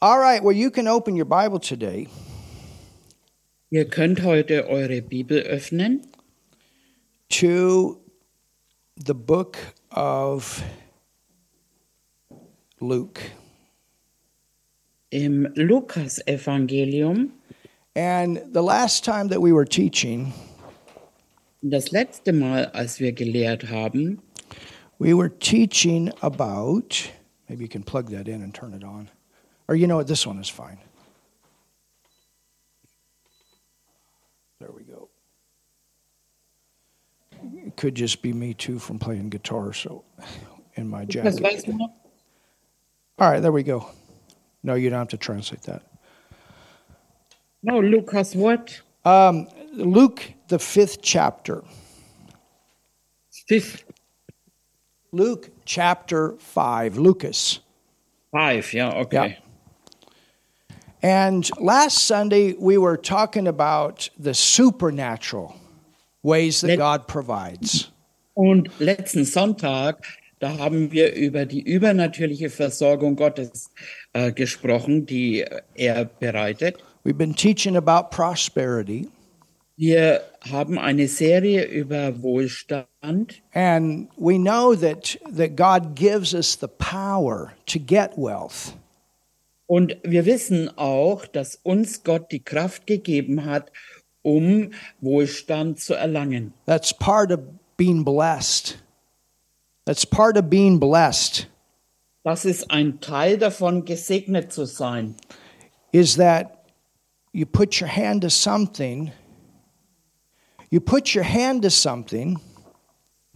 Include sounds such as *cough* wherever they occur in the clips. All right, well, you can open your Bible today Ihr könnt heute eure Bibel öffnen to the book of Luke. im Lukasevangelium. And the last time that we were teaching, Das letzte Mal, als wir gelehrt haben, we were teaching about, maybe you can plug that in and turn it on. Or you know what, this one is fine. There we go. It could just be me too from playing guitar, so in my was jacket. weiß man, All right, there we go. No, you don't have to translate that. no, Lukas what? Um, Luke, the fifth chapter. Fifth, Luke chapter five, Lucas. five, ja, okay. And last Sunday, we were talking about the supernatural ways that Let- God provides. Und letzten Sonntag, da haben wir über die übernatürliche Versorgung Gottes äh, gesprochen, die er bereitet. We've been teaching about prosperity, Wir haben eine Serie über Wohlstand and we know that, that God gives us the power to get wealth. und wir wissen auch, dass uns Gott die Kraft gegeben hat, um Wohlstand zu erlangen. That's part of being blessed. That's part of being blessed, Das ist ein Teil davon, gesegnet zu sein, is that you put your hand to something, you put your hand to something.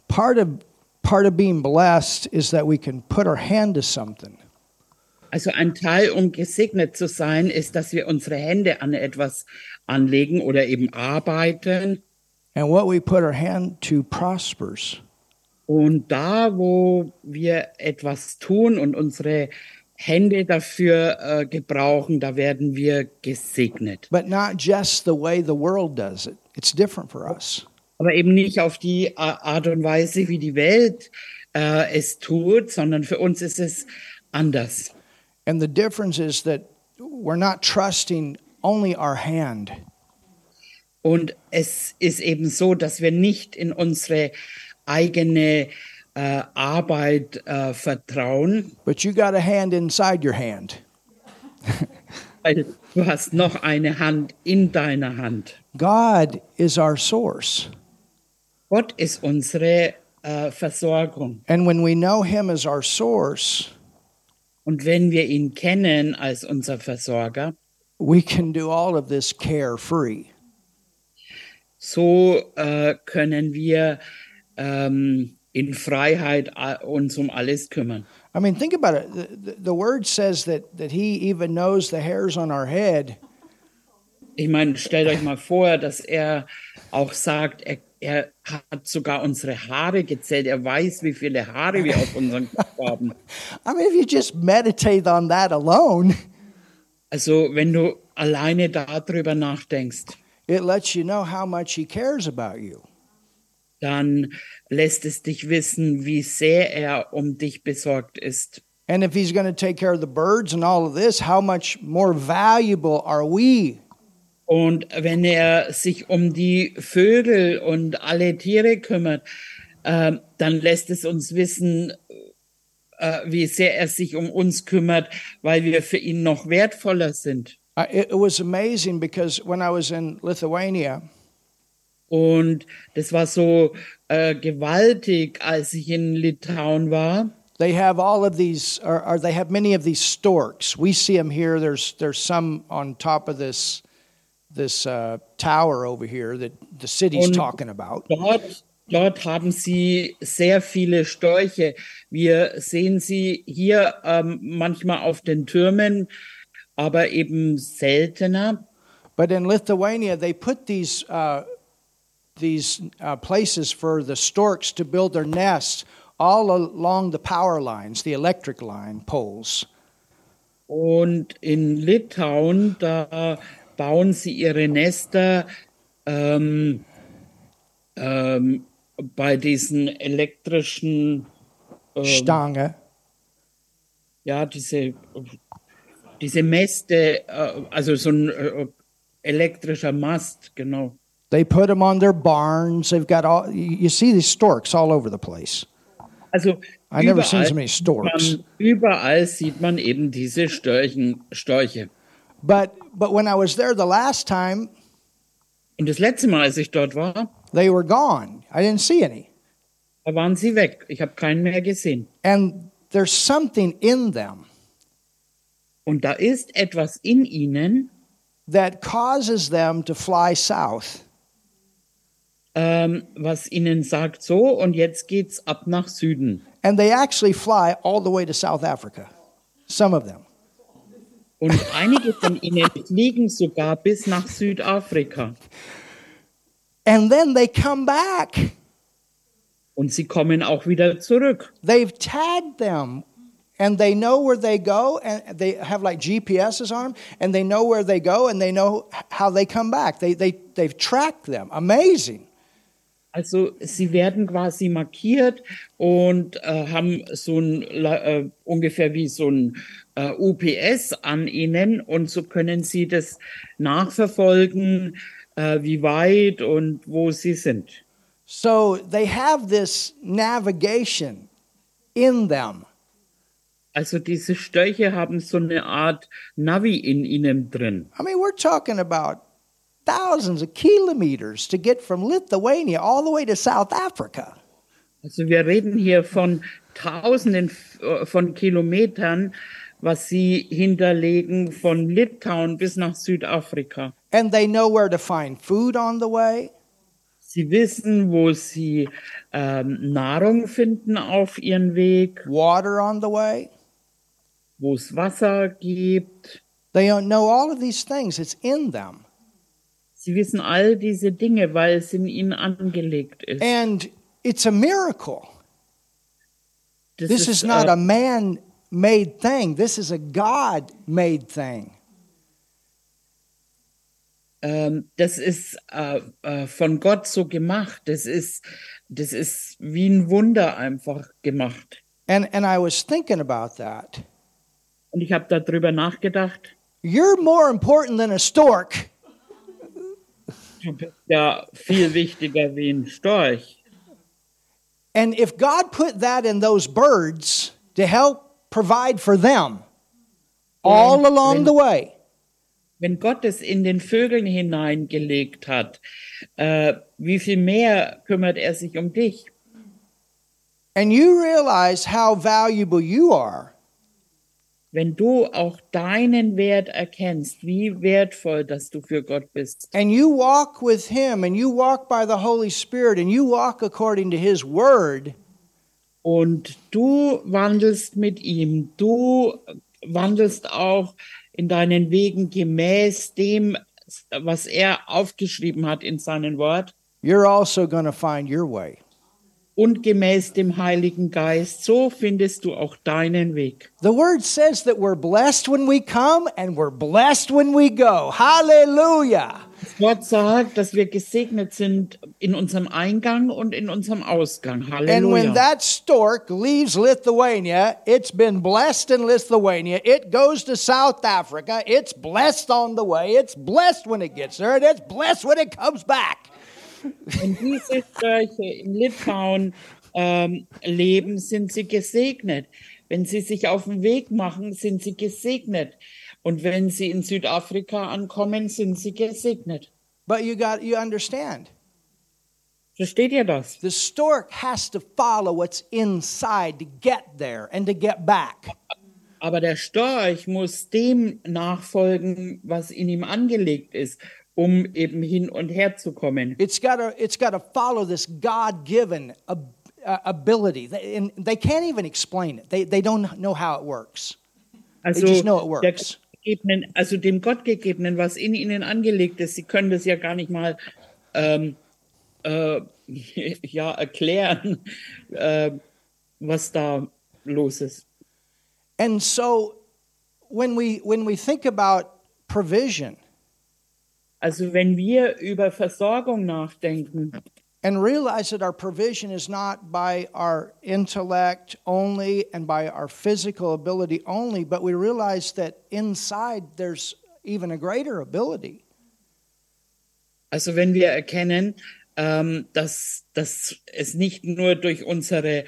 Part of part of being blessed is that we can put our hand to something. Also ein Teil, um gesegnet zu sein, ist, dass wir unsere Hände an etwas anlegen oder eben arbeiten. And what we put our hand to prospers. Und da, wo wir etwas tun und unsere Hände dafür äh, gebrauchen, da werden wir gesegnet. But not just the way the world does it. It's different for us. Aber eben nicht auf die äh, Art und Weise, wie die Welt äh, es tut, sondern für uns ist es anders. And the difference is that we're not trusting only our hand. Und es ist eben so, dass wir nicht in unsere eigene äh, Arbeit äh, vertrauen, But you got a hand inside your hand. weil du hast noch eine Hand in deiner Hand. God is our source. Gott ist unsere äh, Versorgung. And when we know Him as our source, Und wenn wir ihn kennen als unser Versorger, we can do all of this carefree. so äh, können wir ähm, in Freiheit a- uns um alles kümmern. I mean, think about it. The, the, the word says that, that He even knows the hairs on our head. Ich meine, stellt euch mal vor, dass er auch sagt, er, er hat sogar unsere Haare gezählt. Er weiß, wie viele Haare wir auf unseren Kopf haben. I mean, if you just meditate on that alone, *laughs* Also, wenn du alleine darüber nachdenkst, it lets you know how much He cares about you. dann lässt es dich wissen, wie sehr er um dich besorgt ist. And if He's going to take care of the birds and all of this, how much more valuable are we? Und wenn er sich um die Vögel und alle Tiere kümmert, ähm, dann lässt es uns wissen, äh, wie sehr er sich um uns kümmert, weil wir für ihn noch wertvoller sind. I, it, it was amazing because when I was in Lithuania, Und das war so äh, gewaltig, als ich in Litauen war. they have all of these or, or they have many of these storks we see them here there's there's some on top of this this uh, tower over here that the city's On- talking about Dort, dort haben sie sehr viele Störche. Wir sehen sie hier ähm, manchmal auf den Türmen, aber eben seltener. but in lithuania they put these uh, these uh, places for the storks to build their nests all along the power lines the electric line poles Und in Litauen, da bauen sie ihre Nester ähm, ähm, bei diesen elektrischen, ähm, stange ja, diese Diese Mäste, äh, also so ein äh, elektrischer Mast, genau. They put them on their barns. They've got all, you you see these storks all over the place. Also I never seen überall so many storks. sieht man, überall sieht man eben diese Störchen, Störche. But, but when I was there the last time, Und das letzte Mal, als ich dort war, they were gone. I didn't see any. da waren sie weg. Ich habe keinen mehr gesehen. And there's something in them Und da ist etwas in ihnen, that causes them to fly south. ähm, was ihnen sagt, so und jetzt geht's ab nach Süden. And they actually fly all the way to South Africa, some of them. Und einige von ihnen fliegen sogar bis nach Südafrika. And then they come back. Und sie kommen auch wieder zurück. They've tagged them and they know where they go and they have like GPSs on them and they know where they go and they know h- how they come back. They, they, they've tracked them. Amazing. Also sie werden quasi markiert und äh, haben so ein La- äh, ungefähr wie so ein äh, UPS an ihnen und so können sie das nachverfolgen, äh, wie weit und wo sie sind. So they have this navigation in them. Also diese Störche haben so eine Art Navi in ihnen drin. I mean, we're talking about thousands of kilometers to get from Lithuania all the way to South Africa. Also wir reden hier von Tausenden f- äh, von Kilometern, was sie hinterlegen von Litauen bis nach Südafrika. And they know where to find food on the way. Sie wissen, wo sie ähm, Nahrung finden auf ihren Weg, water on the way. wo es Wasser gibt. They don't know all of these things. It's in them. Sie wissen all diese Dinge, weil es in ihnen angelegt ist. And it's a miracle. Das This is not äh, a man made thing, this is a God made thing. ähm, das ist äh, äh, von Gott so gemacht. Das ist, das ist wie ein Wunder einfach gemacht. And, and I was thinking about that. Und ich habe darüber nachgedacht. You're more important than a stork. Du bist ja viel wichtiger wie ein Storch. And if God put that in those birds to help provide for them all Yeah, along when- the way, Wenn Gott es in den Vögeln hineingelegt hat, äh, wie viel mehr kümmert er sich um dich? and you realize how valuable you are, Wenn du auch deinen Wert erkennst, wie wertvoll, dass du für Gott bist. and you walk with him and you walk by the holy spirit and you walk according to his word Und du wandelst mit ihm. Du wandelst auch in deinen Wegen gemäß dem, was er aufgeschrieben hat in seinem Wort. you're also going to find your way und gemäß dem Heiligen Geist. So findest du auch deinen Weg. the word says that we're blessed when we come and we're blessed when we go hallelujah Das Wort sagt, dass wir gesegnet sind in unserem Eingang und in unserem Ausgang. and when Halleluja. that stork leaves lithuania it's been blessed in lithuania it goes to south africa it's blessed on the way it's blessed when it gets there and it's blessed when it comes back Wenn diese Störche in Litauen ähm, leben, sind sie gesegnet. Wenn sie sich auf den Weg machen, sind sie gesegnet. Und wenn sie in Südafrika ankommen, sind sie gesegnet. but you got you understand Versteht ihr das? The stork has to follow what's inside to get there and to get back. Aber der Storch muss dem nachfolgen, was in ihm angelegt ist, um eben hin und her zu kommen. It's got to it's got to follow this God-given ab- uh, ability. They, and they can't even explain it. They they don't know how it works. Also, just know it works. Der Gottgegebenen, also dem Gottgegebenen, was in ihnen angelegt ist, sie können das ja gar nicht mal ähm, äh, *laughs* ja, erklären, äh, was da los ist. And so when we when we think about provision Also wenn wir über Versorgung nachdenken, and realize that our provision is not by our intellect only and by our physical ability only, but we realize that inside there's even a greater ability. Also wenn wir erkennen, ähm, dass, dass es nicht nur durch unsere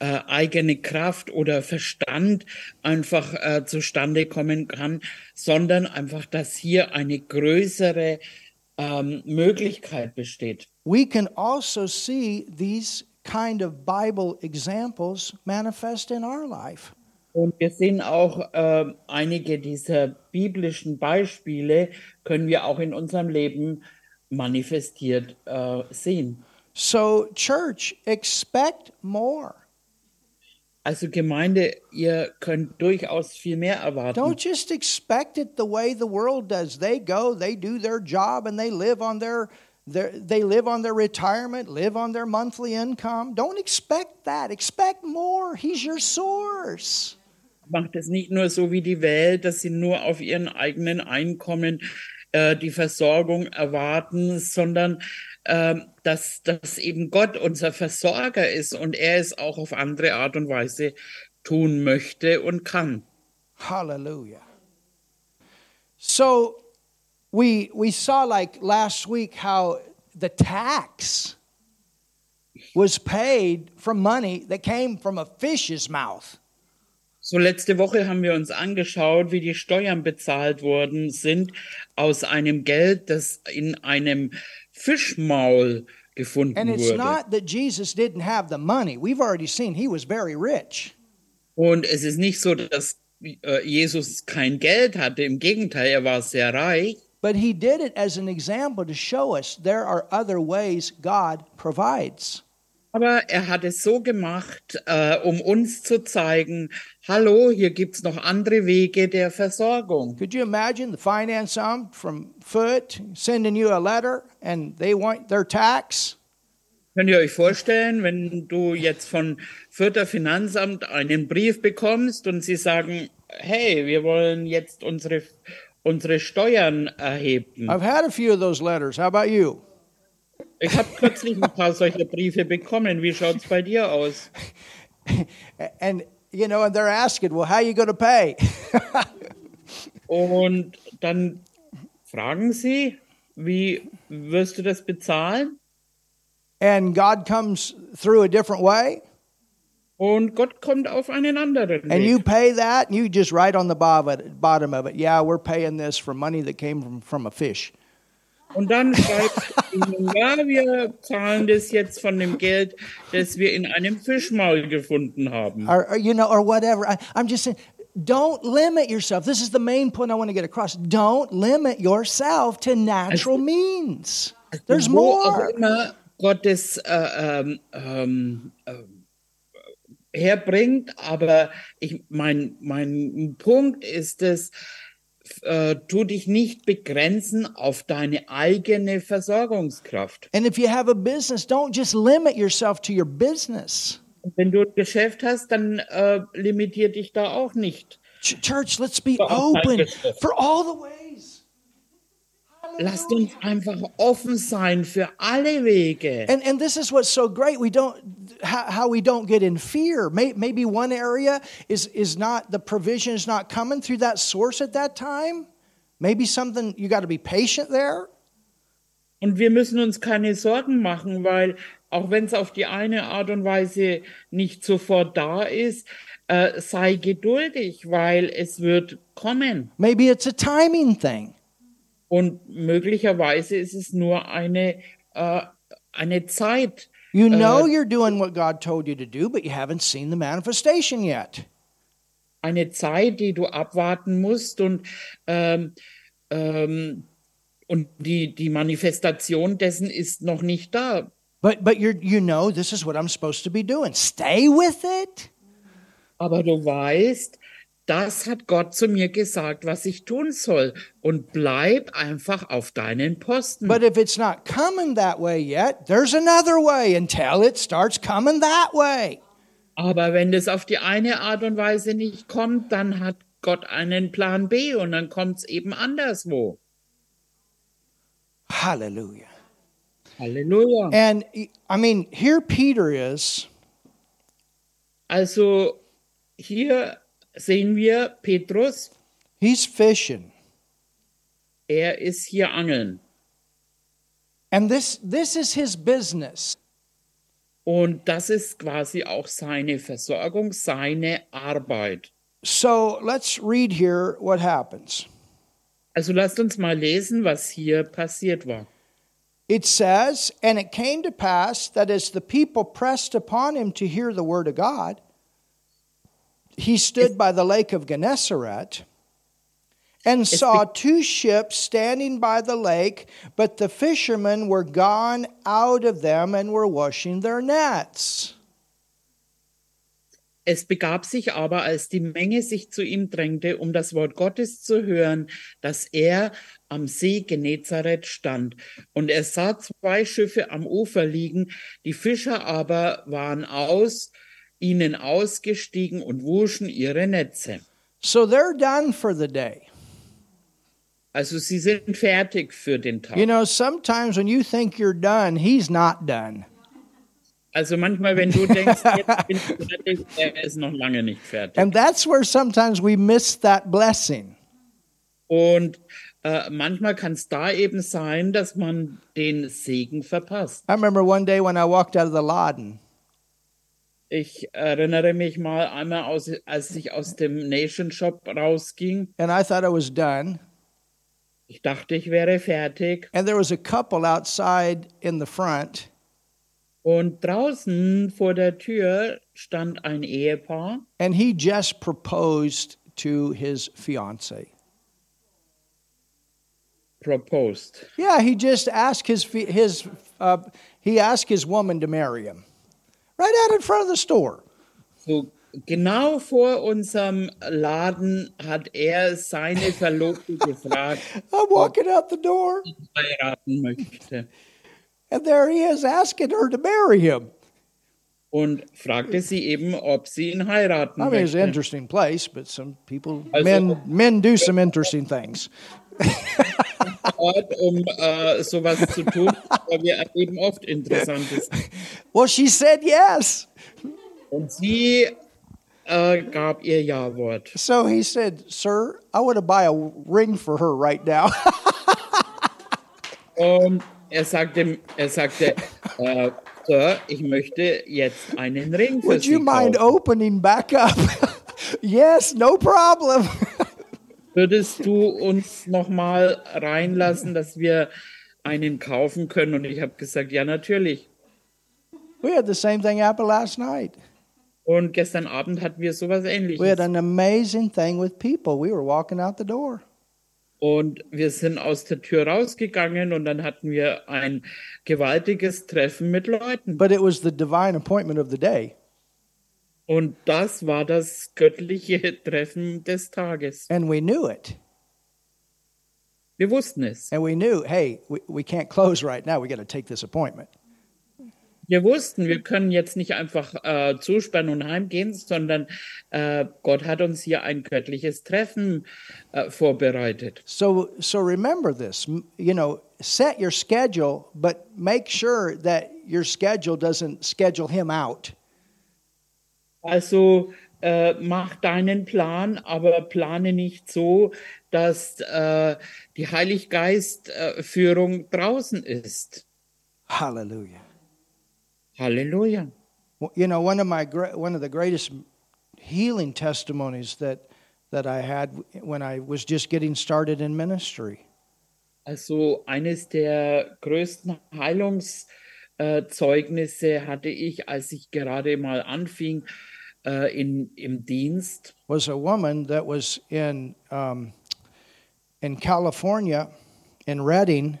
äh, eigene Kraft oder Verstand einfach äh, zustande kommen kann, sondern einfach, dass hier eine größere ähm, Möglichkeit besteht. We can also see these kind of Bible examples manifest in our life. Und wir sehen auch ähm, einige dieser biblischen Beispiele, können wir auch in unserem Leben manifestiert äh, sehen. So, church, expect more. Also Gemeinde, ihr könnt durchaus viel mehr erwarten. Don't just expect it the way the world does. They go, they do their job, and they live on their, their they live on their retirement, live on their monthly income. Don't expect that. Expect more. He's your source. Macht es nicht nur so wie die Welt, dass sie nur auf ihren eigenen Einkommen äh, die Versorgung erwarten, sondern ähm, dass, dass eben Gott unser Versorger ist und er es auch auf andere Art und Weise tun möchte und kann. Hallelujah. So we we saw like last week how the tax was paid from money that came from a fish's mouth. So letzte Woche haben wir uns angeschaut, wie die Steuern bezahlt worden sind aus einem Geld, das in einem Fischmaul gefunden And it's wurde. not that Jesus didn't have the money. We've already seen he was very rich. Und es ist nicht so, dass äh, Jesus kein Geld hatte. Im Gegenteil, er war sehr reich. But he did it as an example to show us there are other ways God provides. Aber er hat es so gemacht, äh, um uns zu zeigen, hallo, hier gibt's noch andere Wege der Versorgung. Could you imagine the finance arm from Foot sending you a letter and they want their tax? Könnt ihr euch vorstellen, wenn du jetzt von Fürther Finanzamt einen Brief bekommst und sie sagen, hey, wir wollen jetzt unsere, unsere Steuern erheben. I've had a few of those letters. How about you? Ich habe kürzlich ein paar solche Briefe bekommen. Wie schaut's bei dir aus? And you know, and they're asking, "Well, how you going to pay?" *laughs* Und dann fragen sie, wie wirst du das bezahlen? and God comes through a different way, Und Gott kommt auf einen anderen and you Weg. pay that, and you just write on the bo- bottom of it, "Yeah, we're paying this for money that came from, from a fish." Und dann schreibt ihnen, ja, wir zahlen das jetzt von dem Geld, das wir in einem Fischmaul gefunden haben. or, or, you know, or whatever. I, I'm just saying, don't limit yourself. This is the main point I want to get across. Don't limit yourself to natural means. There's Wo auch more. immer Gottes äh, ähm, ähm, ähm, herbringt, aber ich, mein, mein Punkt ist es, äh, tu dich nicht begrenzen auf deine eigene Versorgungskraft. And if you have a business, don't just limit yourself to your business. Und wenn du ein Geschäft hast, dann äh, limitier dich da auch nicht. Ch- church, let's be But I'm not open just- for all the ways. Lasst uns einfach offen sein für alle Wege. And, and this is what's so great. We don't how, how we don't get in fear. May, maybe one area is is not the provision is not coming through that source at that time. Maybe something you got to be patient there. Und wir müssen uns keine Sorgen machen, weil auch wenn es auf die eine Art und Weise nicht sofort da ist, äh, sei geduldig, weil es wird kommen. Maybe it's a timing thing. Und möglicherweise ist es nur eine, äh, eine Zeit. You know you're doing what God told you to do, but you haven't seen the manifestation yet. eine Zeit, die du abwarten musst und ähm, ähm, und die die Manifestation dessen ist noch nicht da. But but you're you know this is what I'm supposed to be doing. Stay with it. Aber du weißt, das hat Gott zu mir gesagt, was ich tun soll und bleib einfach auf deinen Posten. But if it's not coming that way yet, there's another way until it starts coming that way. Aber wenn das auf die eine Art und Weise nicht kommt, dann hat Gott einen Plan B und dann kommt's eben anderswo. Hallelujah. Halleluja. And I mean, here Peter is, Also hier sehen wir Petrus, he's fishing. er ist hier angeln. And this this is his business. Und das ist quasi auch seine Versorgung, seine Arbeit. So let's read here what happens. Also lasst uns mal lesen, was hier passiert war. It says, And it came to pass that as the people pressed upon him to hear the word of God, he stood by the lake of Gennesaret and saw two ships standing by the lake, but the fishermen were gone out of them and were washing their nets. Es begab sich aber, als die Menge sich zu ihm drängte, um das Wort Gottes zu hören, dass er am See Genezareth stand. Und er sah zwei Schiffe am Ufer liegen, die Fischer aber waren aus, ihnen ausgestiegen und wuschen ihre Netze. So they're done for the day. Also sie sind fertig für den Tag. You know, sometimes when you think you're done, he's not done. Also manchmal, *laughs* wenn du denkst, jetzt bin ich fertig, er ist noch lange nicht fertig. And that's where sometimes we miss that blessing. Und äh, manchmal kann es da eben sein, dass man den Segen verpasst. I remember one day when I walked out of the Laden. Ich erinnere mich mal einmal, aus, als ich aus dem Nation Shop rausging. and I thought I was done. Ich dachte, ich wäre fertig. And there was a couple outside in the front, Und draußen vor der Tür stand ein Ehepaar and he just proposed to his fiancee. proposed. Yeah, he just asked his fi- his uh, he asked his woman to marry him, right out in front of the store. So genau vor unserem Laden hat er seine Verlobte gefragt, I'm walking out the door, heiraten möchte and there he is asking her to marry him. und fragte sie eben, ob sie ihn heiraten I mean, it's an möchte. interesting place, but some people Also- men men do some interesting things. Ort, um äh, sowas zu tun, *laughs* aber wir erleben oft Interessantes. Well, she said yes. Und sie äh, gab ihr Ja-Wort. So he said, "Sir, I want to buy a ring for her right now." *laughs* Und er sagte, er sagte äh, Sir, ich möchte jetzt einen Ring für Would Sie you mind kaufen. opening back up? *laughs* yes, no problem. *laughs* Würdest du uns nochmal reinlassen, dass wir einen kaufen können? Und ich habe gesagt, ja, natürlich. we had the same thing happen last night. Und gestern Abend hatten wir sowas We had ähnliches. an amazing thing with people. We were walking out the door. Und wir sind aus der Tür rausgegangen und dann hatten wir ein gewaltiges Treffen mit Leuten. But it was the divine appointment of the day. Und das war das göttliche Treffen des Tages. And we knew it. Wir wussten es. And we knew, hey, we, we can't close right now. We got to take this appointment. Wir wussten, wir können jetzt nicht einfach äh, zusperren und heimgehen, sondern äh, Gott hat uns hier ein göttliches Treffen äh, vorbereitet. So, so remember this. M- You know, set your schedule, but make sure that your schedule doesn't schedule him out. Also äh, mach deinen Plan, aber plane nicht so, dass äh, die Heiliggeist-Führung draußen ist. Hallelujah. Halleluja. Well, You know, one of my gre- one of the greatest healing testimonies that that I had when I was just getting started in ministry. Also eines der größten Heilungszeugnisse hatte ich, als ich gerade mal anfing äh, in, im Dienst. was a woman that was in um, in California, in Redding,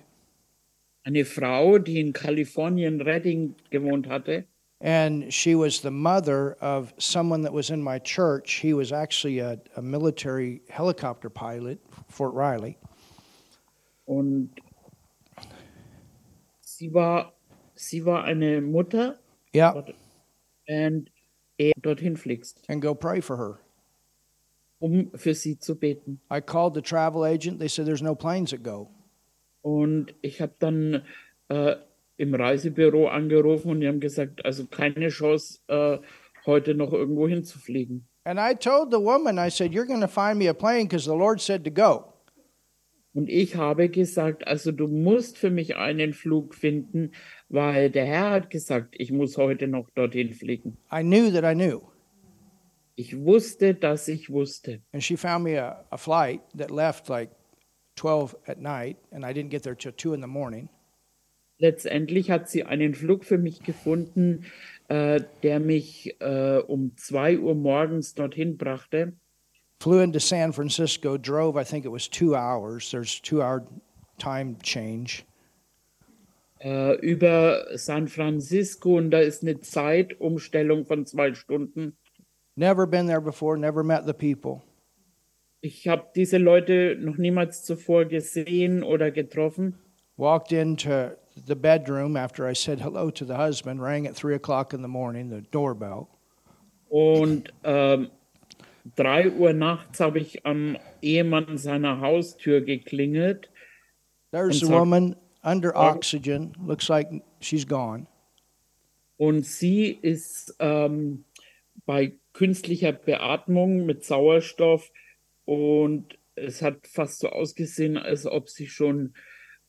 Eine Frau, die in Kalifornien Redding gewohnt hatte. and she was the mother of someone that was in my church. He was actually a, a military helicopter pilot, Fort Riley. Und sie war, sie war eine Mutter Yeah, und er dorthin fliegst, and go pray for her. um für sie zu beten. I called the travel agent. They said there's no planes that go. Und ich habe dann äh, im Reisebüro angerufen und die haben gesagt, also keine Chance, äh, heute noch irgendwo hinzufliegen. And I told the woman, I said, You're going to find me a plane because the Lord said to go. Und ich habe gesagt, also du musst für mich einen Flug finden, weil der Herr hat gesagt, ich muss heute noch dorthin fliegen. I knew that I knew. Ich wusste, dass ich wusste. And she found me a, a flight that left like 12 at night, and I didn't get there till 2 in the morning. Letztendlich hat sie einen Flug für mich gefunden, äh, der mich äh, um 2 Uhr morgens dorthin brachte. Flew into San Francisco, drove, I think it was two hours. There's two hour time change. äh, über San Francisco und da ist eine Zeitumstellung von zwei Stunden. Never been there before, never met the people. Ich habe diese Leute noch niemals zuvor gesehen oder getroffen. Walked into the bedroom after I said hello to the husband, rang at 3 o'clock in the morning, the doorbell. Und ähm, drei Uhr nachts habe ich am Ehemann seiner Haustür geklingelt. There's the sorry. woman under oxygen. Looks like she's gone. Und sie ist ähm, bei künstlicher Beatmung mit Sauerstoff und es hat fast so ausgesehen, als ob sie schon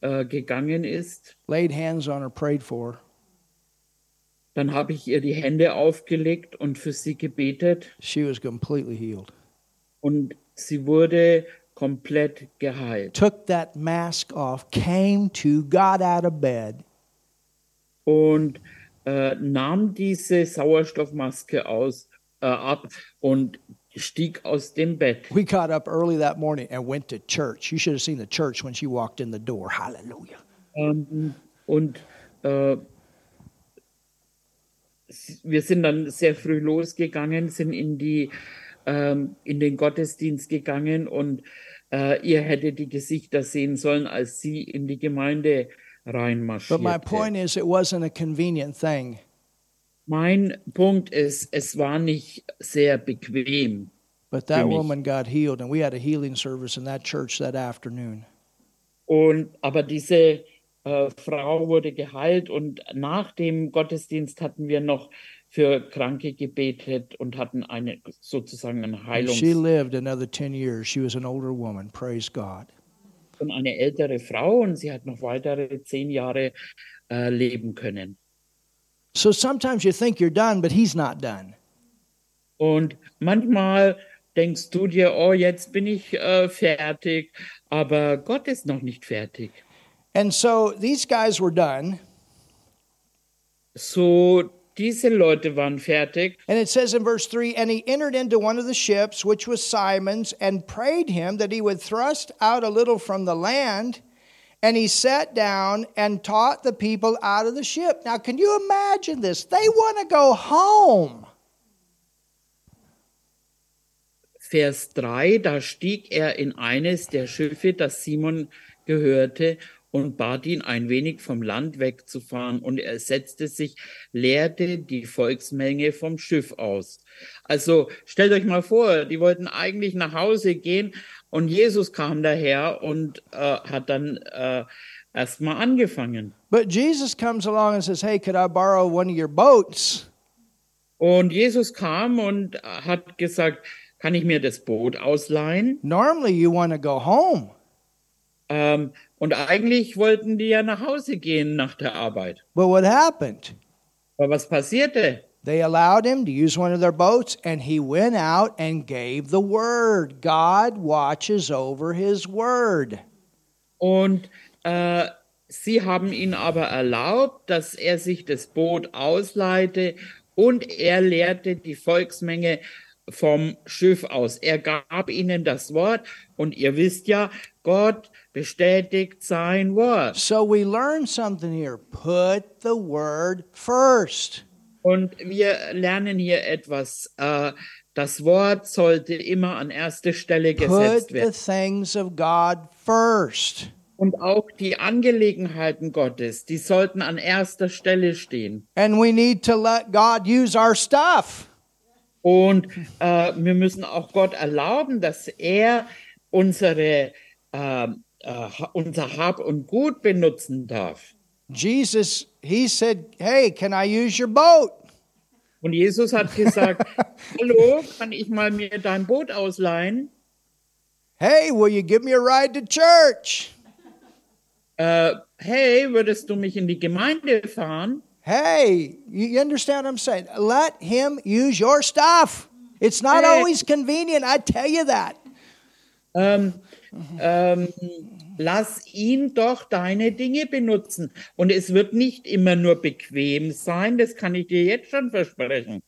äh, gegangen ist. Laid hands on her, prayed for her. Dann habe ich ihr die Hände aufgelegt und für sie gebetet She was completely healed. und sie wurde komplett geheilt. Took that mask off, came to, got out of bed, Und äh, nahm diese Sauerstoffmaske aus, äh, ab und stieg aus dem Bett. We got up early that morning and went to church. You should have seen the church when she walked in the door. Hallelujah. Ähm, und äh, s- wir sind dann sehr früh losgegangen, sind in die ähm, in den Gottesdienst gegangen und äh, ihr hättet die Gesichter sehen sollen, als sie in die Gemeinde But my reinmarschierte. point is, it wasn't a convenient thing. Mein Punkt ist, es war nicht sehr bequem, But that Amen. woman got healed, and we had a healing service in that church that afternoon. und aber diese äh, Frau wurde geheilt und nach dem Gottesdienst hatten wir noch für Kranke gebetet und hatten eine sozusagen eine And Heilung she lived another 10 years. She was an older woman. Praise God. und eine ältere Frau und sie hat noch weitere zehn Jahre äh, leben können. So sometimes you think you're done, but he's not done. Und manchmal denkst du dir, oh, jetzt bin ich äh, fertig, aber Gott ist noch nicht fertig. And so these guys were done. So, diese Leute waren fertig And it says in verse 3 And he entered into one of the ships, which was Simon's, and prayed him that he would thrust out a little from the land. And he sat down and taught the people out of the ship. Now, can you imagine this? They want to go home. Vers 3, da stieg er in eines der Schiffe, das Simon gehörte, und bat ihn, ein wenig vom Land wegzufahren. Und er setzte sich, leerte die Volksmenge vom Schiff aus. Also stellt euch mal vor, die wollten eigentlich nach Hause gehen und Jesus kam daher und äh, hat dann äh, erstmal angefangen. But Jesus comes along and says, Hey, could I borrow one of your boats? Und Jesus kam und hat gesagt, kann ich mir das Boot ausleihen? Normally, you want to go home. Ähm, und eigentlich wollten die ja nach Hause gehen nach der Arbeit. But what happened? Aber was passierte? They allowed him to use one of their boats, and he went out and gave the word. God watches over his word. Und äh, sie haben ihn aber erlaubt, dass er sich das Boot ausleite und er lehrte die Volksmenge vom Schiff aus. Er gab ihnen das Wort und ihr wisst ja, Gott bestätigt sein Wort. So we learn something here. Put the word first. Und wir lernen hier etwas. Äh, das Wort sollte immer an erste Stelle Put gesetzt werden. the things of God first. Und auch die Angelegenheiten Gottes, die sollten an erster Stelle stehen. And we need to let God use our stuff. Und äh, wir müssen auch Gott erlauben, dass er ähm, unsere, äh, äh, unser Hab und Gut benutzen darf. Jesus, he said, Hey, can I use your boat? Und Jesus hat gesagt, hallo, kann ich mal mir dein Boot ausleihen? Hey, will you give me a ride to church? Äh, hey, würdest du mich in die Gemeinde fahren? Hey, you you understand what I'm saying? Let him use your stuff. It's not Hey. always convenient, I tell you that. Ähm, ähm, lass ihn doch deine Dinge benutzen. Und es wird nicht immer nur bequem sein, das kann ich dir jetzt schon versprechen.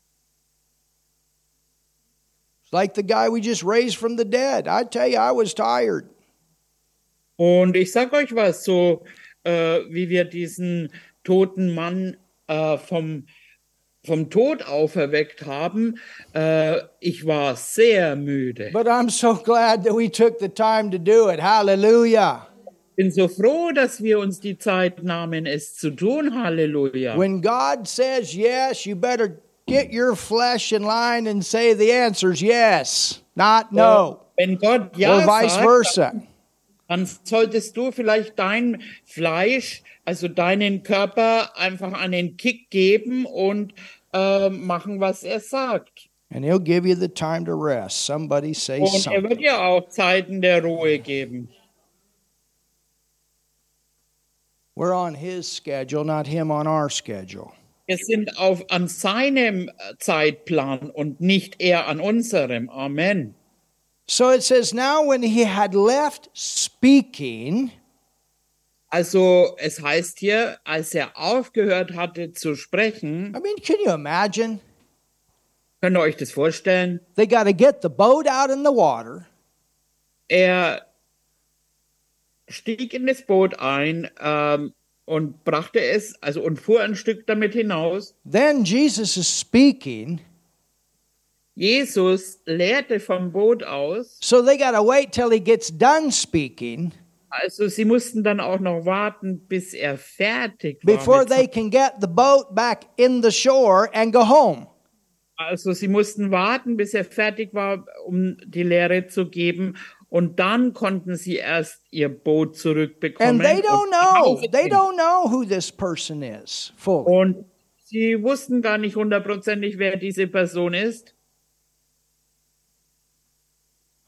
It's like the guy we just raised from the dead. I tell you, I was tired. Und ich sag euch was, so äh, wie wir diesen toten Mann äh, vom, vom Tod auferweckt haben, äh, ich war sehr müde. But I'm so *laughs* glad that we took the time to do it. Hallelujah. Bin so froh, dass wir uns die Zeit nahmen, es zu tun. Halleluja. When God says yes, you better get your flesh in line and say the answer's yes, not no, Wenn Gott or ja vice sagt, versa. dann solltest du vielleicht dein Fleisch, also deinen Körper einfach einen Kick geben und äh, machen, was er sagt. And He'll give you the time to rest. Somebody say Und er something. wird ja auch Zeiten der Ruhe geben. We're on His schedule, not Him on our schedule. Wir sind auf, an seinem äh, Zeitplan und nicht er an unserem. Amen. So it says, Now when He had left speaking, Also es heißt hier, als er aufgehört hatte zu sprechen, I mean, can you imagine? könnt ihr euch das vorstellen? They got to get the boat out in the water. Er stieg in das Boot ein ähm, und brachte es, also und fuhr ein Stück damit hinaus. Then Jesus is speaking. Jesus lehrte vom Boot aus, So they got to wait till He gets done speaking. also sie mussten dann auch noch warten, bis er fertig war. before mit they can get the boat back in the shore and go home. Also sie mussten warten, bis er fertig war, um die Lehre zu geben. Und dann konnten sie erst ihr Boot zurückbekommen. And they don't und nach know. Hause They gehen. don't know who this person is fully. Und sie wussten gar nicht hundertprozentig, wer diese Person ist.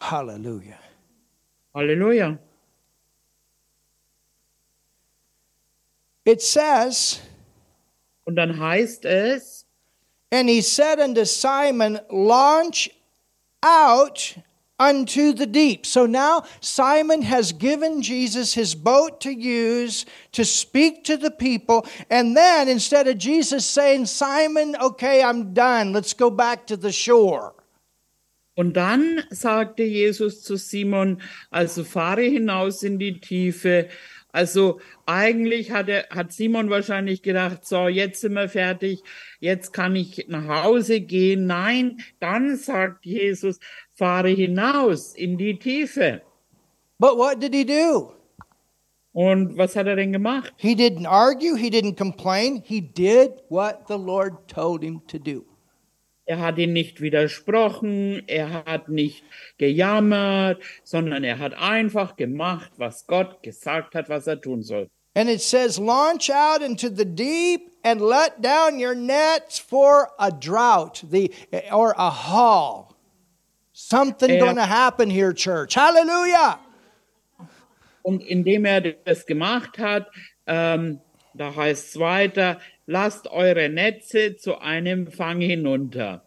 Hallelujah. Halleluja. It says, Und dann heißt es, And he said unto Simon, Launch out unto the deep. So now Simon has given Jesus his boat to use to speak to the people. And then instead of Jesus saying, Simon, okay, I'm done, let's go back to the shore. und dann sagte Jesus zu Simon, also fahre hinaus in die Tiefe. Also eigentlich hat, er, hat Simon wahrscheinlich gedacht, so jetzt sind wir fertig, jetzt kann ich nach Hause gehen. Nein, dann sagt Jesus, fahre hinaus in die Tiefe. But what did he do? Und was hat er denn gemacht? He didn't argue. He didn't complain. He did what the Lord told him to do. Er hat ihn nicht widersprochen, er hat nicht gejammert, sondern er hat einfach gemacht, was Gott gesagt hat, was er tun soll. And it says, Launch out into the deep and let down your nets for a drought the, or a haul. Something Yeah. going to happen here, church. Hallelujah. Und indem er das gemacht hat, ähm, da heißt es weiter, lasst eure Netze zu einem Fang hinunter.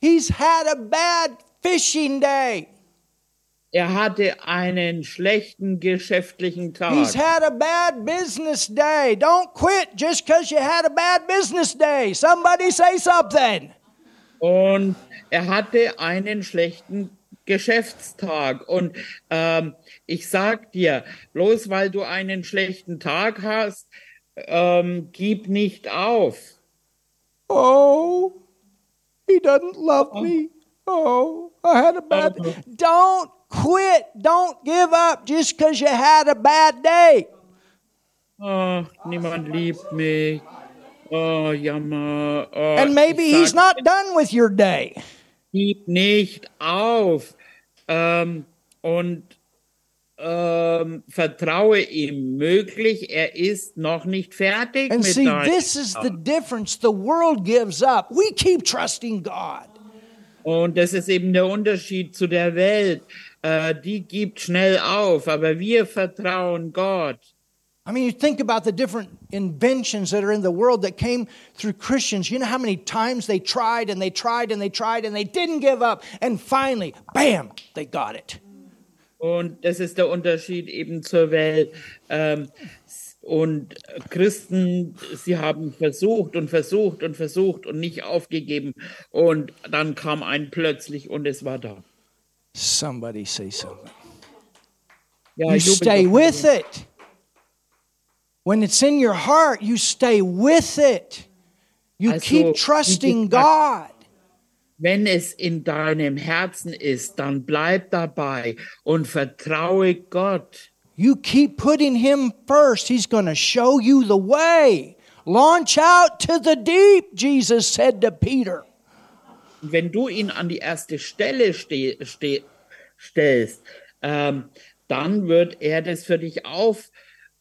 He's had a bad fishing day, Er hatte einen schlechten geschäftlichen he's had Tag. a bad business day. Don't quit just because you had a bad business day. Somebody say something. Und er hatte einen schlechten Geschäftstag. Und ähm, ich sag dir, bloß weil du einen schlechten Tag hast, ähm, gib nicht auf. Oh, he doesn't love me. Oh, I had a bad. Don't quit. Don't give up just because you had a bad day. Oh, niemand liebt mich. Oh, jammer. Oh, And maybe ich sag, he's not done with your day. Gib nicht auf. Ähm, und ähm, vertraue ihm möglich, er ist noch nicht fertig And mit see, deinem- this is the difference the world gives up. We keep trusting God. Und das ist eben der Unterschied zu der Welt. Äh, die gibt schnell auf, aber wir vertrauen Gott. I mean, you think about the different inventions that are in the world that came through Christians. You know how many times they tried and they tried and they tried and they didn't give up. And finally, bam, they got it. Und das ist der Unterschied eben zur Welt. Ähm, s- und Christen, sie haben versucht und versucht und versucht und nicht aufgegeben. Und dann kam ein plötzlich und es war da. Somebody say something. Ja, You jubelt stay doch. with it. When it's in your heart, you stay with it. You Also, keep wie trusting gesagt- God. Wenn es in deinem Herzen ist, dann bleib dabei und vertraue Gott. You keep putting Him first. He's going to show you the way. Launch out to the deep, Jesus said to Peter. Und wenn du ihn an die erste Stelle ste ste stellst, ähm, dann wird er das für dich auf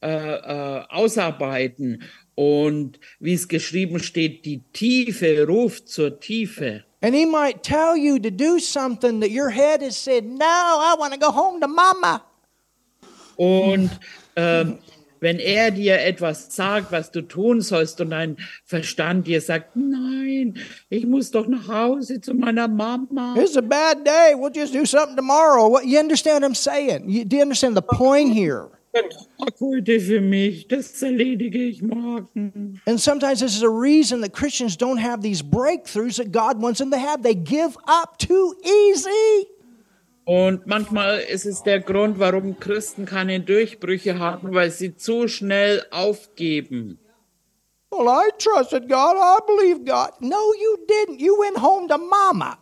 äh, äh, ausarbeiten. Und wie es geschrieben steht, die Tiefe ruft zur Tiefe. And He might tell you to do something that your head has said, No, I want to go home to mama. Und ähm, wenn er dir etwas sagt, was du tun sollst, und dein Verstand dir sagt, nein, ich muss doch nach Hause zu meiner Mama. It's a bad day. We'll just do something tomorrow. What, you understand what I'm saying? You, do you understand the point here? Tag heute für mich, das erledige ich morgen. And sometimes this is a reason that Christians don't have these breakthroughs that God wants them to have. They give up too easy. Und manchmal ist es der Grund, warum Christen keine Durchbrüche haben, weil sie zu schnell aufgeben. Well, I trusted God. I believe God. No, you didn't. You went home to mama.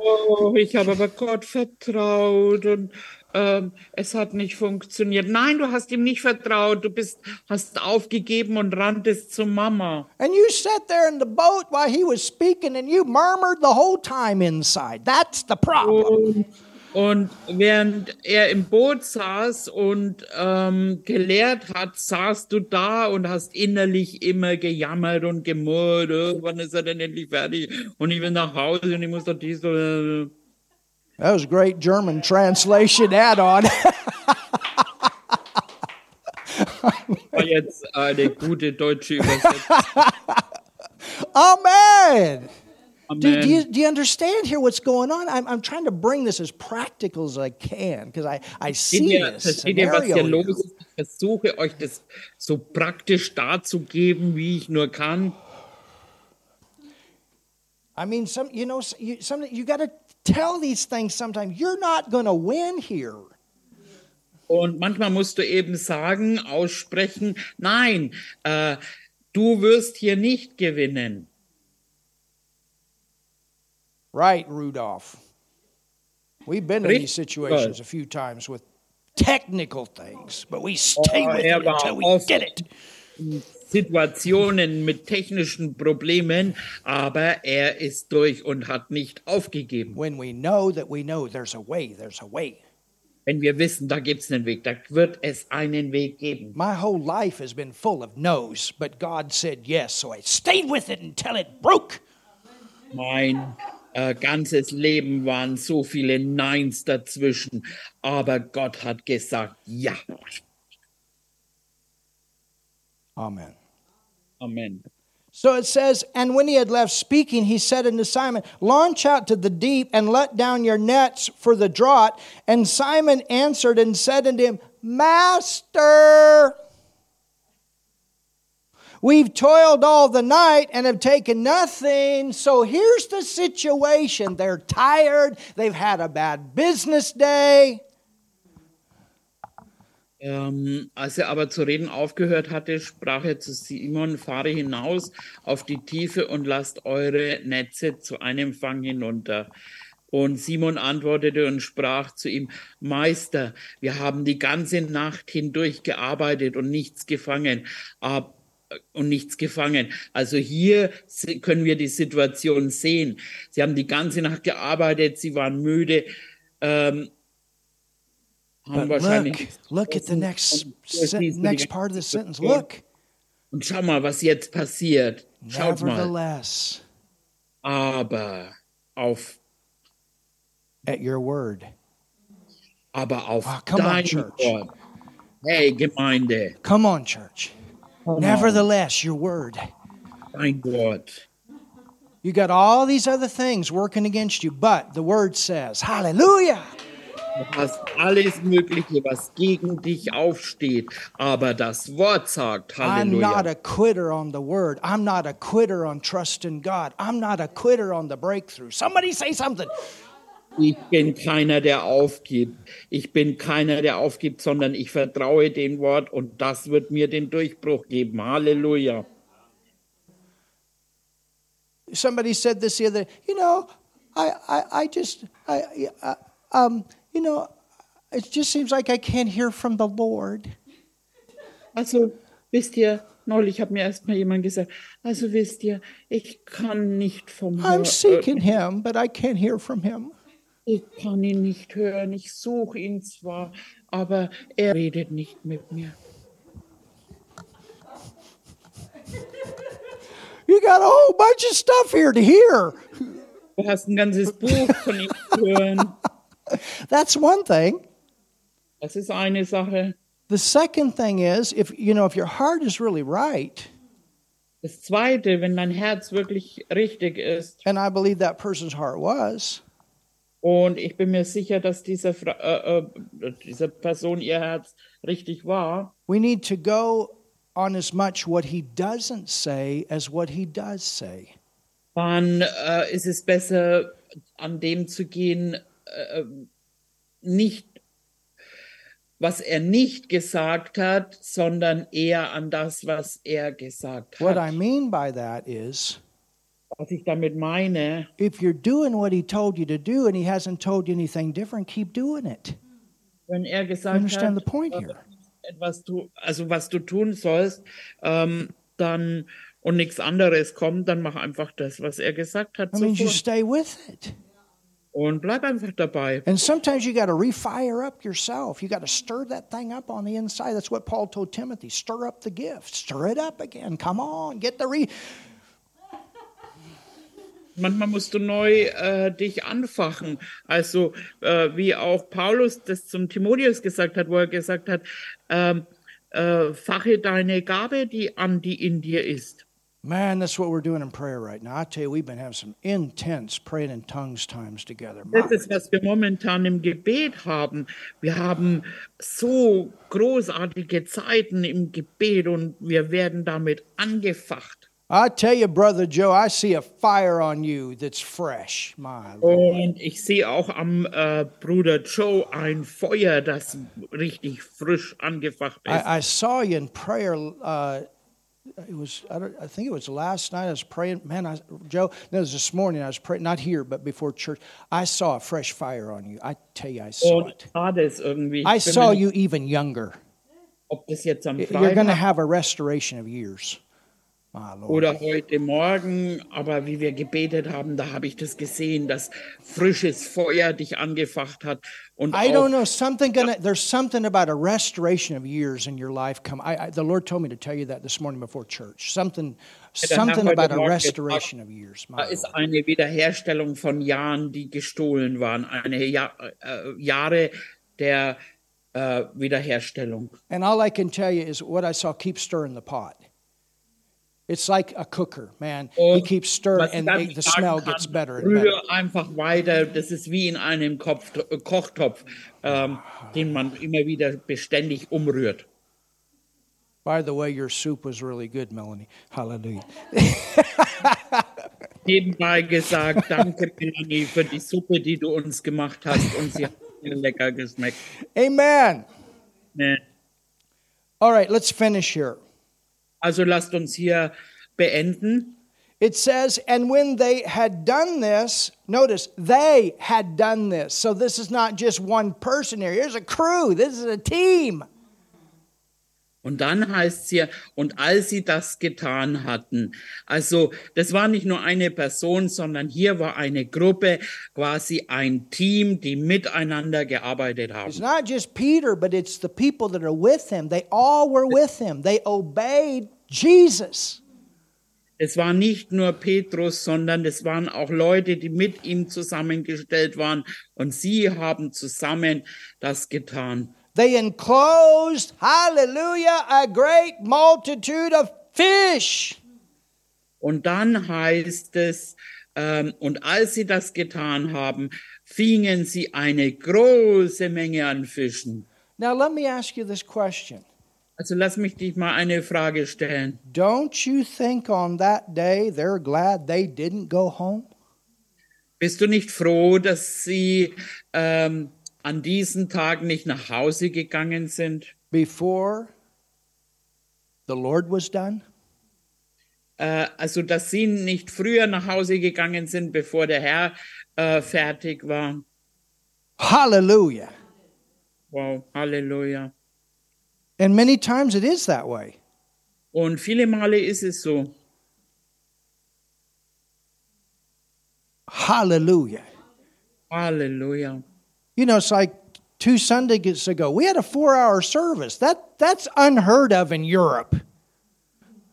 Oh, ich habe aber Gott vertraut und ähm, es hat nicht funktioniert. Nein, du hast ihm nicht vertraut. Du bist, hast aufgegeben und rantest zu Mama. And you sat there in the boat while he was speaking and you murmured the whole time inside. That's the problem. Und, und während er im Boot saß und ähm, gelehrt hat, saßt du da und hast innerlich immer gejammert und gemurrt. Oh, wann ist er denn endlich fertig? Und ich will nach Hause und ich muss doch dies. äh. That was a great German translation add on. War jetzt eine gute deutsche Übersetzung. *laughs* Amen. Do, do, you, Amen. do you understand here what's going on? I'm, I'm trying to bring this as practical as I can because I, I Seht see ihr, this versteht ihr, was hier scenario. los ist? Ich versuche euch das so praktisch darzugeben, wie ich nur kann. I mean, some you know, s- you, some you got to tell these things sometimes. You're not going to win here. Und manchmal musst du eben sagen, aussprechen, nein, äh, du wirst hier nicht gewinnen. Right, Rudolph. We've been in these situations a few times with technical things, but we stay Oh, with yeah, it until we well, get it. Situationen mit technischen Problemen, aber er ist durch und hat nicht aufgegeben. When we know that we know there's a way, there's a way. Wenn wir wissen, da gibt's einen Weg, da wird es einen Weg geben. My whole life has been full of no's, but God said yes, so I stayed with it until it broke. Mein äh, ganzes Leben waren so viele Neins dazwischen, aber Gott hat gesagt, ja. Amen. Amen. So it says, And when he had left speaking, he said unto Simon, Launch out to the deep and let down your nets for the draught. And Simon answered and said unto him, Master, we've toiled all the night and have taken nothing. So here's the situation they're tired, they've had a bad business day. Ähm, als er aber zu reden aufgehört hatte, sprach er zu Simon, fahre hinaus auf die Tiefe und lasst eure Netze zu einem Fang hinunter. Und Simon antwortete und sprach zu ihm, Meister, wir haben die ganze Nacht hindurch gearbeitet und nichts gefangen, ab äh, und nichts gefangen. Also hier se- können wir die Situation sehen. Sie haben die ganze Nacht gearbeitet, sie waren müde. Ähm, haben But look, wahrscheinlich. look at the next sen- next part of the sentence. Look, Und schau mal, was jetzt passiert. Schaut mal. nevertheless, Aber auf, at your word. aber auf Ah, come on, dein church. Wort. Hey, Gemeinde, Come on, church. Come on. Nevertheless, your word. dein Wort. You got all these other things working against you, but the word says, Hallelujah. Du hast alles Mögliche, was gegen dich aufsteht. Aber das Wort sagt, I'm not Halleluja. a quitter on the word. I'm not a quitter on trusting God. I'm not a quitter on the breakthrough. Somebody say something. Ich bin keiner, der aufgibt. Ich bin keiner, der aufgibt, sondern ich vertraue dem Wort und das wird mir den Durchbruch geben. Halleluja. Somebody said this the other. You know, I, I, I just, I, I, um, you know, it just seems like I can't hear from the Lord. Also, wisst ihr, neulich hat mir erst mal jemand gesagt, also wisst ihr, ich kann nicht vom I'm Hör- seeking Him, but I can't hear from Him. Ich kann ihn nicht hören, ich suche ihn zwar, aber er redet nicht mit mir. You got a whole bunch of stuff here to hear. Du hast ein ganzes Buch von ihm zu hören. That's one thing. Das ist eine Sache. The second thing is, if you know, if your heart is really right, Das zweite, wenn dein Herz wirklich richtig ist, and I believe that person's heart was, und ich bin mir sicher, dass dieser, Fra- äh, äh, dieser Person ihr Herz richtig war, we need to go on as much what he doesn't say as what he does say. dann äh, ist es besser, an dem zu gehen, äh, nicht, was er nicht gesagt hat, sondern eher an das, was er gesagt What hat. I mean by that is, was ich damit meine, if you're doing what he told you to do and he hasn't told you anything different, keep doing it. wenn er You gesagt understand the hat, point here. etwas du, also was du tun sollst, ähm, dann und nichts anderes kommt, dann mach einfach das, was er gesagt hat. That means you Sofort. stay with it. Und bleib einfach dabei. And sometimes you got to refire up yourself. You got to stir that thing up on the inside. That's what Paul told Timothy stir up the gift, stir it up again. Come on, get the re. Manchmal musst du neu äh, dich anfachen. Also äh, wie auch Paulus das zum Timotheus gesagt hat, wo er gesagt hat, ähm, äh, fache deine Gabe die an, die in dir ist. Man, that's what we're doing in prayer right now. I tell you, we've been having some intense praying in tongues times together. My Das ist, was wir momentan im Gebet haben. Wir haben so großartige Zeiten im Gebet und wir werden damit angefacht. I tell you, Brother Joe, I see a fire on you that's fresh. My Lord. Und ich sehe auch am äh, Bruder Joe ein Feuer, das richtig frisch angefacht ist. I, I saw you in prayer. Uh, it was I, don't, I think it was last night. I was praying. Man, I, Joe, no, it was this morning. I was praying, not here, but before church. I saw a fresh fire on you. I tell you, I saw Und it. gerade ist irgendwie. Ich I bin saw mir nicht, you even younger. ob das jetzt am You're going to Freitag have a restoration of years. My Lord. oder heute Morgen, aber wie wir gebetet haben, da habe ich das gesehen, dass frisches Feuer dich angefacht hat. I Und auch don't know something gonna. There's something about a restoration of years in your life. Come, I, I, the Lord told me to tell you that this morning before church. Something, dann haben something wir about den a Morgen restoration of years. My Da Lord. ist eine Wiederherstellung von Jahren, die gestohlen waren, eine ja äh, Jahre der äh, Wiederherstellung. And all I can tell you is what I saw keep stirring the pot. It's like a cooker, man. Und Oh, you keep stirring was ich and ganz the, the sagen smell kann, gets better and better. Rühr einfach weiter, das ist wie in einem Kopf, Kochtopf, ähm, den man immer wieder beständig umrührt. By the way, your soup was really good, Melanie. Hallelujah. Nebenbei gesagt, danke Melanie für die Suppe, die du uns gemacht hast und sie hat mir lecker geschmeckt. Amen. Ne? All right, let's finish here. Also lasst uns hier beenden. It says, and when they had done this, notice they had done this. So this is not just one person here. Here's a crew. This is a team. Und dann heißt es hier, und als sie das getan hatten, also das war nicht nur eine Person, sondern hier war eine Gruppe, quasi ein Team, die miteinander gearbeitet It's haben. not just Peter, but it's the people that are with him. They all were with him. They obeyed Jesus. Es war nicht nur Petrus, sondern es waren auch Leute, die mit ihm zusammengestellt waren und sie haben zusammen das getan. They enclosed, hallelujah, a great multitude of fish. Und dann heißt es, ähm, und als sie das getan haben, fingen sie eine große Menge an Fischen. Now, let me ask you this question. Also lass mich dich mal eine Frage stellen. Don't you think on that day they're glad they didn't go home? Bist du nicht froh, dass sie ähm, an diesem Tag nicht nach Hause gegangen sind, before the Lord was done? äh, also dass sie nicht früher nach Hause gegangen sind, bevor der Herr äh, fertig war. Hallelujah. Wow, Halleluja. And many times it is that way. Und viele Male ist es so. Hallelujah. Halleluja. You know, it's like two Sundays ago, we had a four hour service. That, that's unheard of in Europe.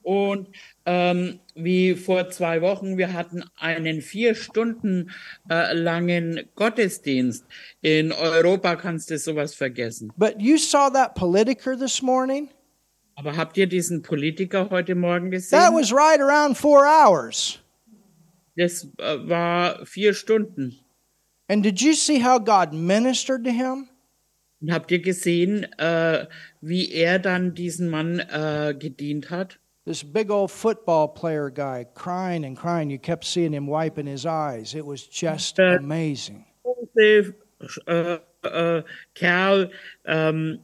Und ähm, wie vor zwei Wochen, wir hatten einen vier Stunden äh, langen Gottesdienst. In Europa kannst du sowas vergessen. But you saw that politiker this morning? Aber habt ihr diesen Politiker heute Morgen That gesehen? was right around four hours. Das äh, war vier Stunden. And did you see how God ministered to him? Und habt ihr gesehen, äh, wie er dann diesen Mann äh, gedient hat? This big old football player guy crying and crying. You kept seeing him wiping his eyes. It was just Uh, amazing. große äh, äh, Kerl, ähm,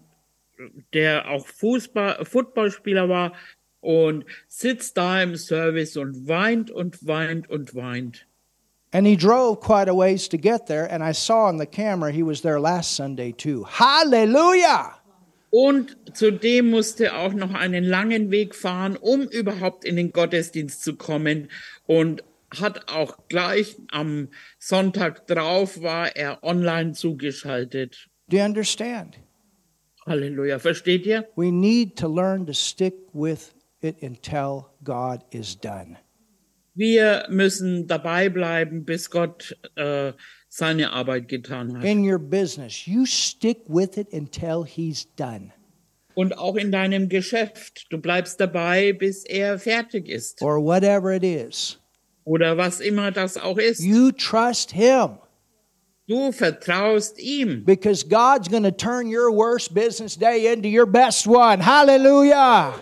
der auch Fußball, Footballspieler war und sitzt da im Service und weint und weint und weint. And he drove quite a ways to get there, and I saw on the camera he was there last Sunday too. Hallelujah! Und zudem musste auch noch einen langen Weg fahren, um überhaupt in den Gottesdienst zu kommen und hat auch gleich am Sonntag drauf war er online zugeschaltet. Do you understand? Halleluja, versteht ihr? We need to learn to stick with it until God is done. Wir müssen dabei bleiben, bis Gott äh, seine Arbeit getan hat. In your business, you stick with it until He's done, Und auch in deinem Geschäft. Du bleibst dabei, bis er fertig ist. or whatever it is. Oder was immer das auch ist. You trust Him Du vertraust ihm. because God's going to turn your worst business day into your best one. Hallelujah!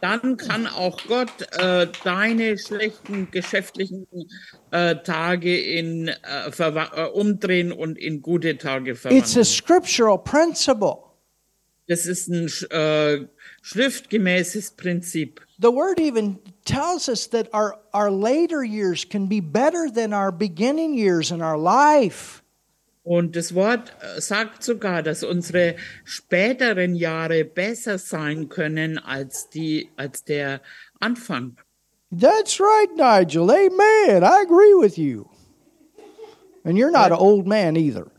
Dann kann auch Gott äh, deine schlechten geschäftlichen äh, Tage in, äh, verwa- äh, umdrehen und in gute Tage It's a verwandeln. scriptural principle. Das ist ein sch- äh, schriftgemäßes Prinzip. The word even tells us that our, our later years can be better than our beginning years in our life. Und das Wort äh, sagt sogar, dass unsere späteren Jahre besser sein können als die, als der Anfang. That's right, Nigel. Amen. I agree with you. And you're not an old man either.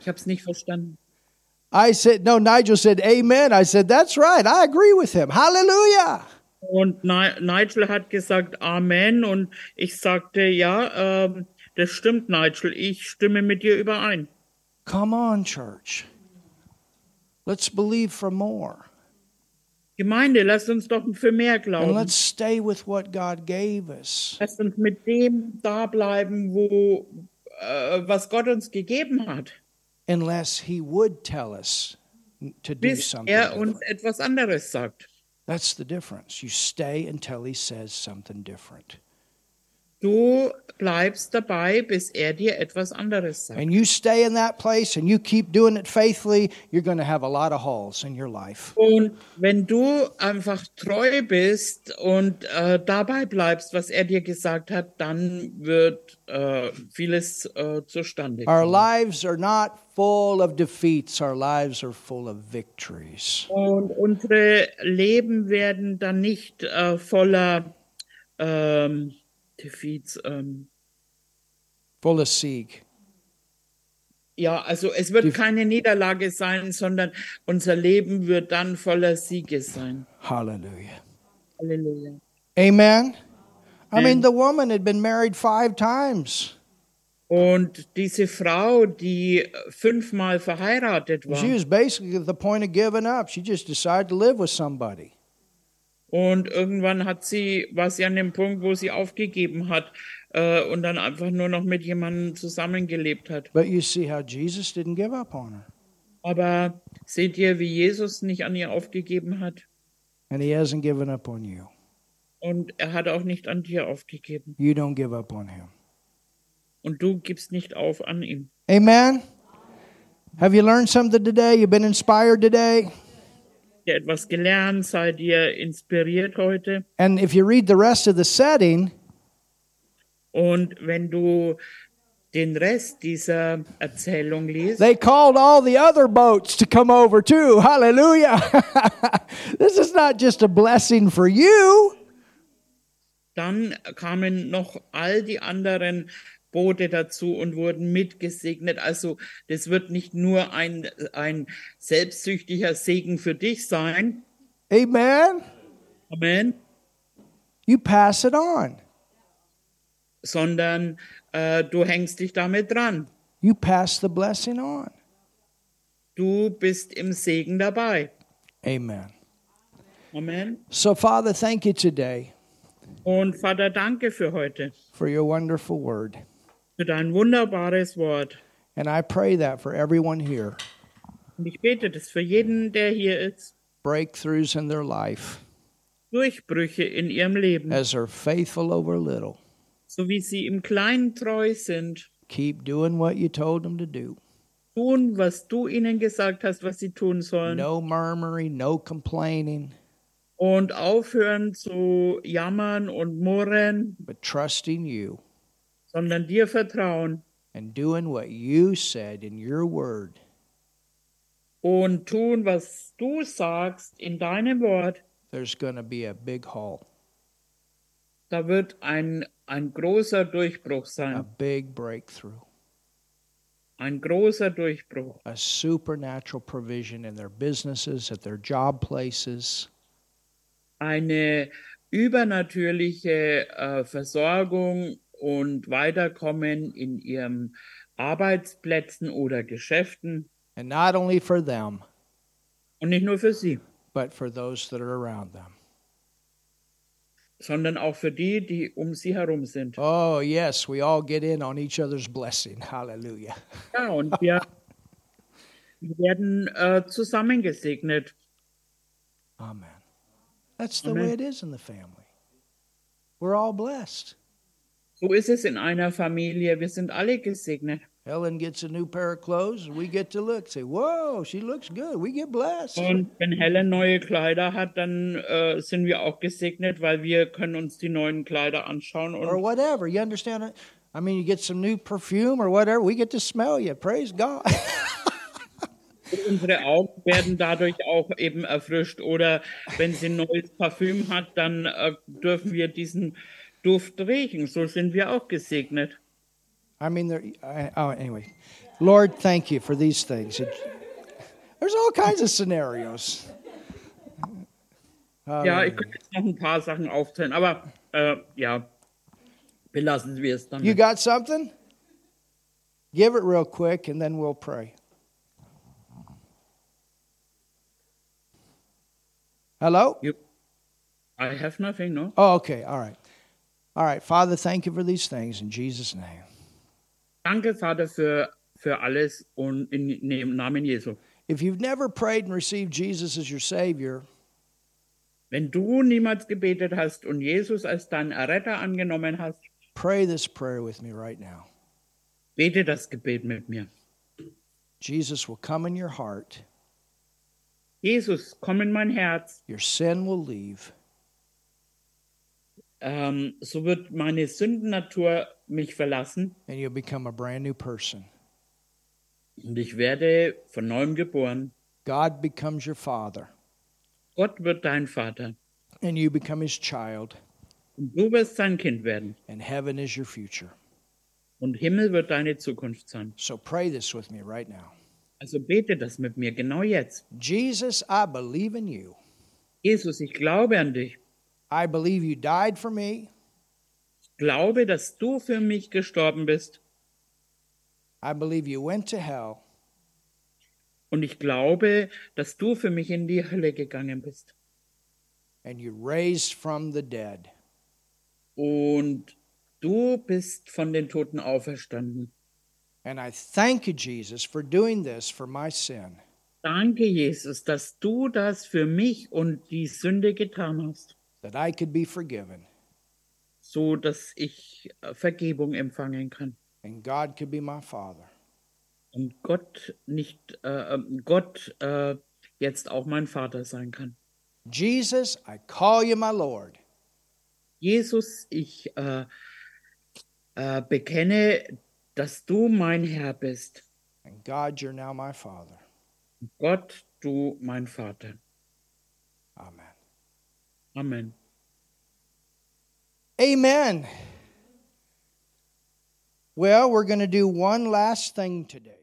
Ich habe es nicht verstanden. I said, no, Nigel said, Amen. I said, that's right. I agree with him. Hallelujah. Und Ni- Nigel hat gesagt Amen und ich sagte ja, ähm, das stimmt, Nigel. Ich stimme mit dir überein. Come on, church. Let's believe for more. Gemeinde, lasst uns doch für mehr And glauben. let's stay with what God gave us. Lasst uns mit dem da bleiben, wo äh, was Gott uns gegeben hat, Unless He would tell us to do bis something. er different. uns etwas anderes sagt. That's the difference. You stay until he says something different. Du bleibst dabei, bis er dir etwas anderes sagt. and you stay in that place and you keep doing it faithfully, you're going to have a lot of hauls in your life. Und wenn du einfach treu bist und äh, dabei bleibst, was er dir gesagt hat, dann wird äh, vieles äh, zustande Our kommen. lives are not full of defeats, our lives are full of victories. Und unsere Leben werden dann nicht äh, voller ähm, Defeats. Ähm, Full of sieg. ja, also es wird keine Niederlage sein, sondern unser Leben wird dann voller Siege sein. Hallelujah. Halleluja. Amen. I mean, Amen. the woman had been married five times. Und diese Frau, die fünfmal verheiratet war She was basically at the point of giving up. She just decided to live with somebody. und irgendwann hat sie, war sie an dem Punkt, wo sie aufgegeben hat äh, und dann einfach nur noch mit jemandem zusammengelebt hat. But you see how Jesus didn't give up on her. Aber seht ihr, wie Jesus nicht an ihr aufgegeben hat And he hasn't given up on you. und er hat auch nicht an dir aufgegeben You don't give up on him. und du gibst nicht auf an ihm. Amen. Have you learned something today? You've been inspired today? Habt Ihr etwas gelernt, seid ihr inspiriert heute And if you read the rest of the setting, und wenn du den Rest dieser Erzählung liest, they called all the other boats to come over too. Hallelujah. *laughs* this is not just a blessing for you. Dann kamen noch all die anderen Boote dazu und wurden mitgesegnet. Also das wird nicht nur ein, ein selbstsüchtiger Segen für dich sein. Amen. Amen. You pass it on. Sondern äh, du hängst dich damit dran. You pass the blessing on. Du bist im Segen dabei. Amen. Amen. So, Father, thank you today Und Vater, danke für heute, for your wonderful word. für dein wunderbares Wort. And I pray that for everyone here Und ich bete das für jeden, der hier ist. breakthroughs in their life Durchbrüche in ihrem Leben, as they're faithful over little. so wie sie im Kleinen treu sind. Keep doing what you told them to do. tun, was du ihnen gesagt hast, was sie tun sollen. No murmuring, no complaining, Und aufhören zu jammern und murren, but trusting you sondern dir vertrauen and doing what you said in your word. und tun, was du sagst in deinem Wort. There's going to be a big haul, Da wird ein, ein großer Durchbruch a sein. big breakthrough, Ein großer Durchbruch. a supernatural provision in their businesses, at their job places. Eine übernatürliche äh, Versorgung und Weiterkommen in ihren Arbeitsplätzen oder Geschäften. And not only for them, Und nicht nur für sie. but for those that are around them. sondern auch für die, die um sie herum sind. Oh, yes, we all get in on each other's blessing. Hallelujah. Ja, und wir werden äh, zusammen gesegnet. Amen. That's the Amen. way it is in the family. We're all blessed. So ist es in einer Familie. Wir sind alle gesegnet. Helen gets a new pair of clothes, and we get to look, say, Whoa, she looks good. We get blessed. Und wenn Helen neue Kleider hat, dann äh, sind wir auch gesegnet, weil wir können uns die neuen Kleider anschauen Or und whatever. You understand it? I mean, you get some new perfume or whatever, we get to smell you. Praise God. unsere Augen werden dadurch auch eben erfrischt. Oder wenn sie ein neues Parfüm hat, dann äh, dürfen wir diesen Duft riechen. So sind wir auch gesegnet. I mean, there, I, oh, anyway. Lord, thank you for these things. there's all kinds of scenarios. Um, Ja, ich könnte jetzt noch ein paar Sachen aufzählen, aber äh, ja, belassen wir es dann. You got something? Give it real quick and then we'll pray. Hello? I have nothing, no? Oh, okay. All right. All right. Father, thank you for these things in Jesus' name. Danke, Vater, für, für alles und in, in, im Namen Jesu. If you've never prayed and received Jesus as your Savior, Wenn du niemals gebetet hast und Jesus als deinen Erretter angenommen hast, Pray this prayer with me right now. Bete das Gebet mit mir. Jesus will come in your heart, Jesus, komm in mein Herz. your sin will leave, Ähm, so wird meine Sündennatur mich verlassen and you'll become a brand new person. und ich werde von neuem geboren. God becomes your father, Gott wird dein Vater and you become his child, und du wirst sein Kind werden and heaven is your future. und Himmel wird deine Zukunft sein. So pray this with me right now. Also bete das mit mir genau jetzt. Jesus, I believe in you. Jesus, ich glaube an dich. I believe you died for me. Ich glaube, dass du für mich gestorben bist I believe you went to hell. und ich glaube, dass du für mich in die Hölle gegangen bist and you raised from the dead. und du bist von den Toten auferstanden. And I thank you, Jesus, for doing this for my sin. Danke, Jesus, dass du das für mich und die Sünde getan hast, that I could be forgiven so dass ich äh, Vergebung empfangen kann. and God could be my Father. Und Gott nicht, äh, ähm, Gott äh, jetzt auch mein Vater sein kann. Jesus, I call you my Lord. Jesus, ich äh, äh, bekenne, dass du mein Herr bist. And God, you're now my Father. Gott, du mein Vater. Amen. Amen. Amen. Well, we're going to do one last thing today.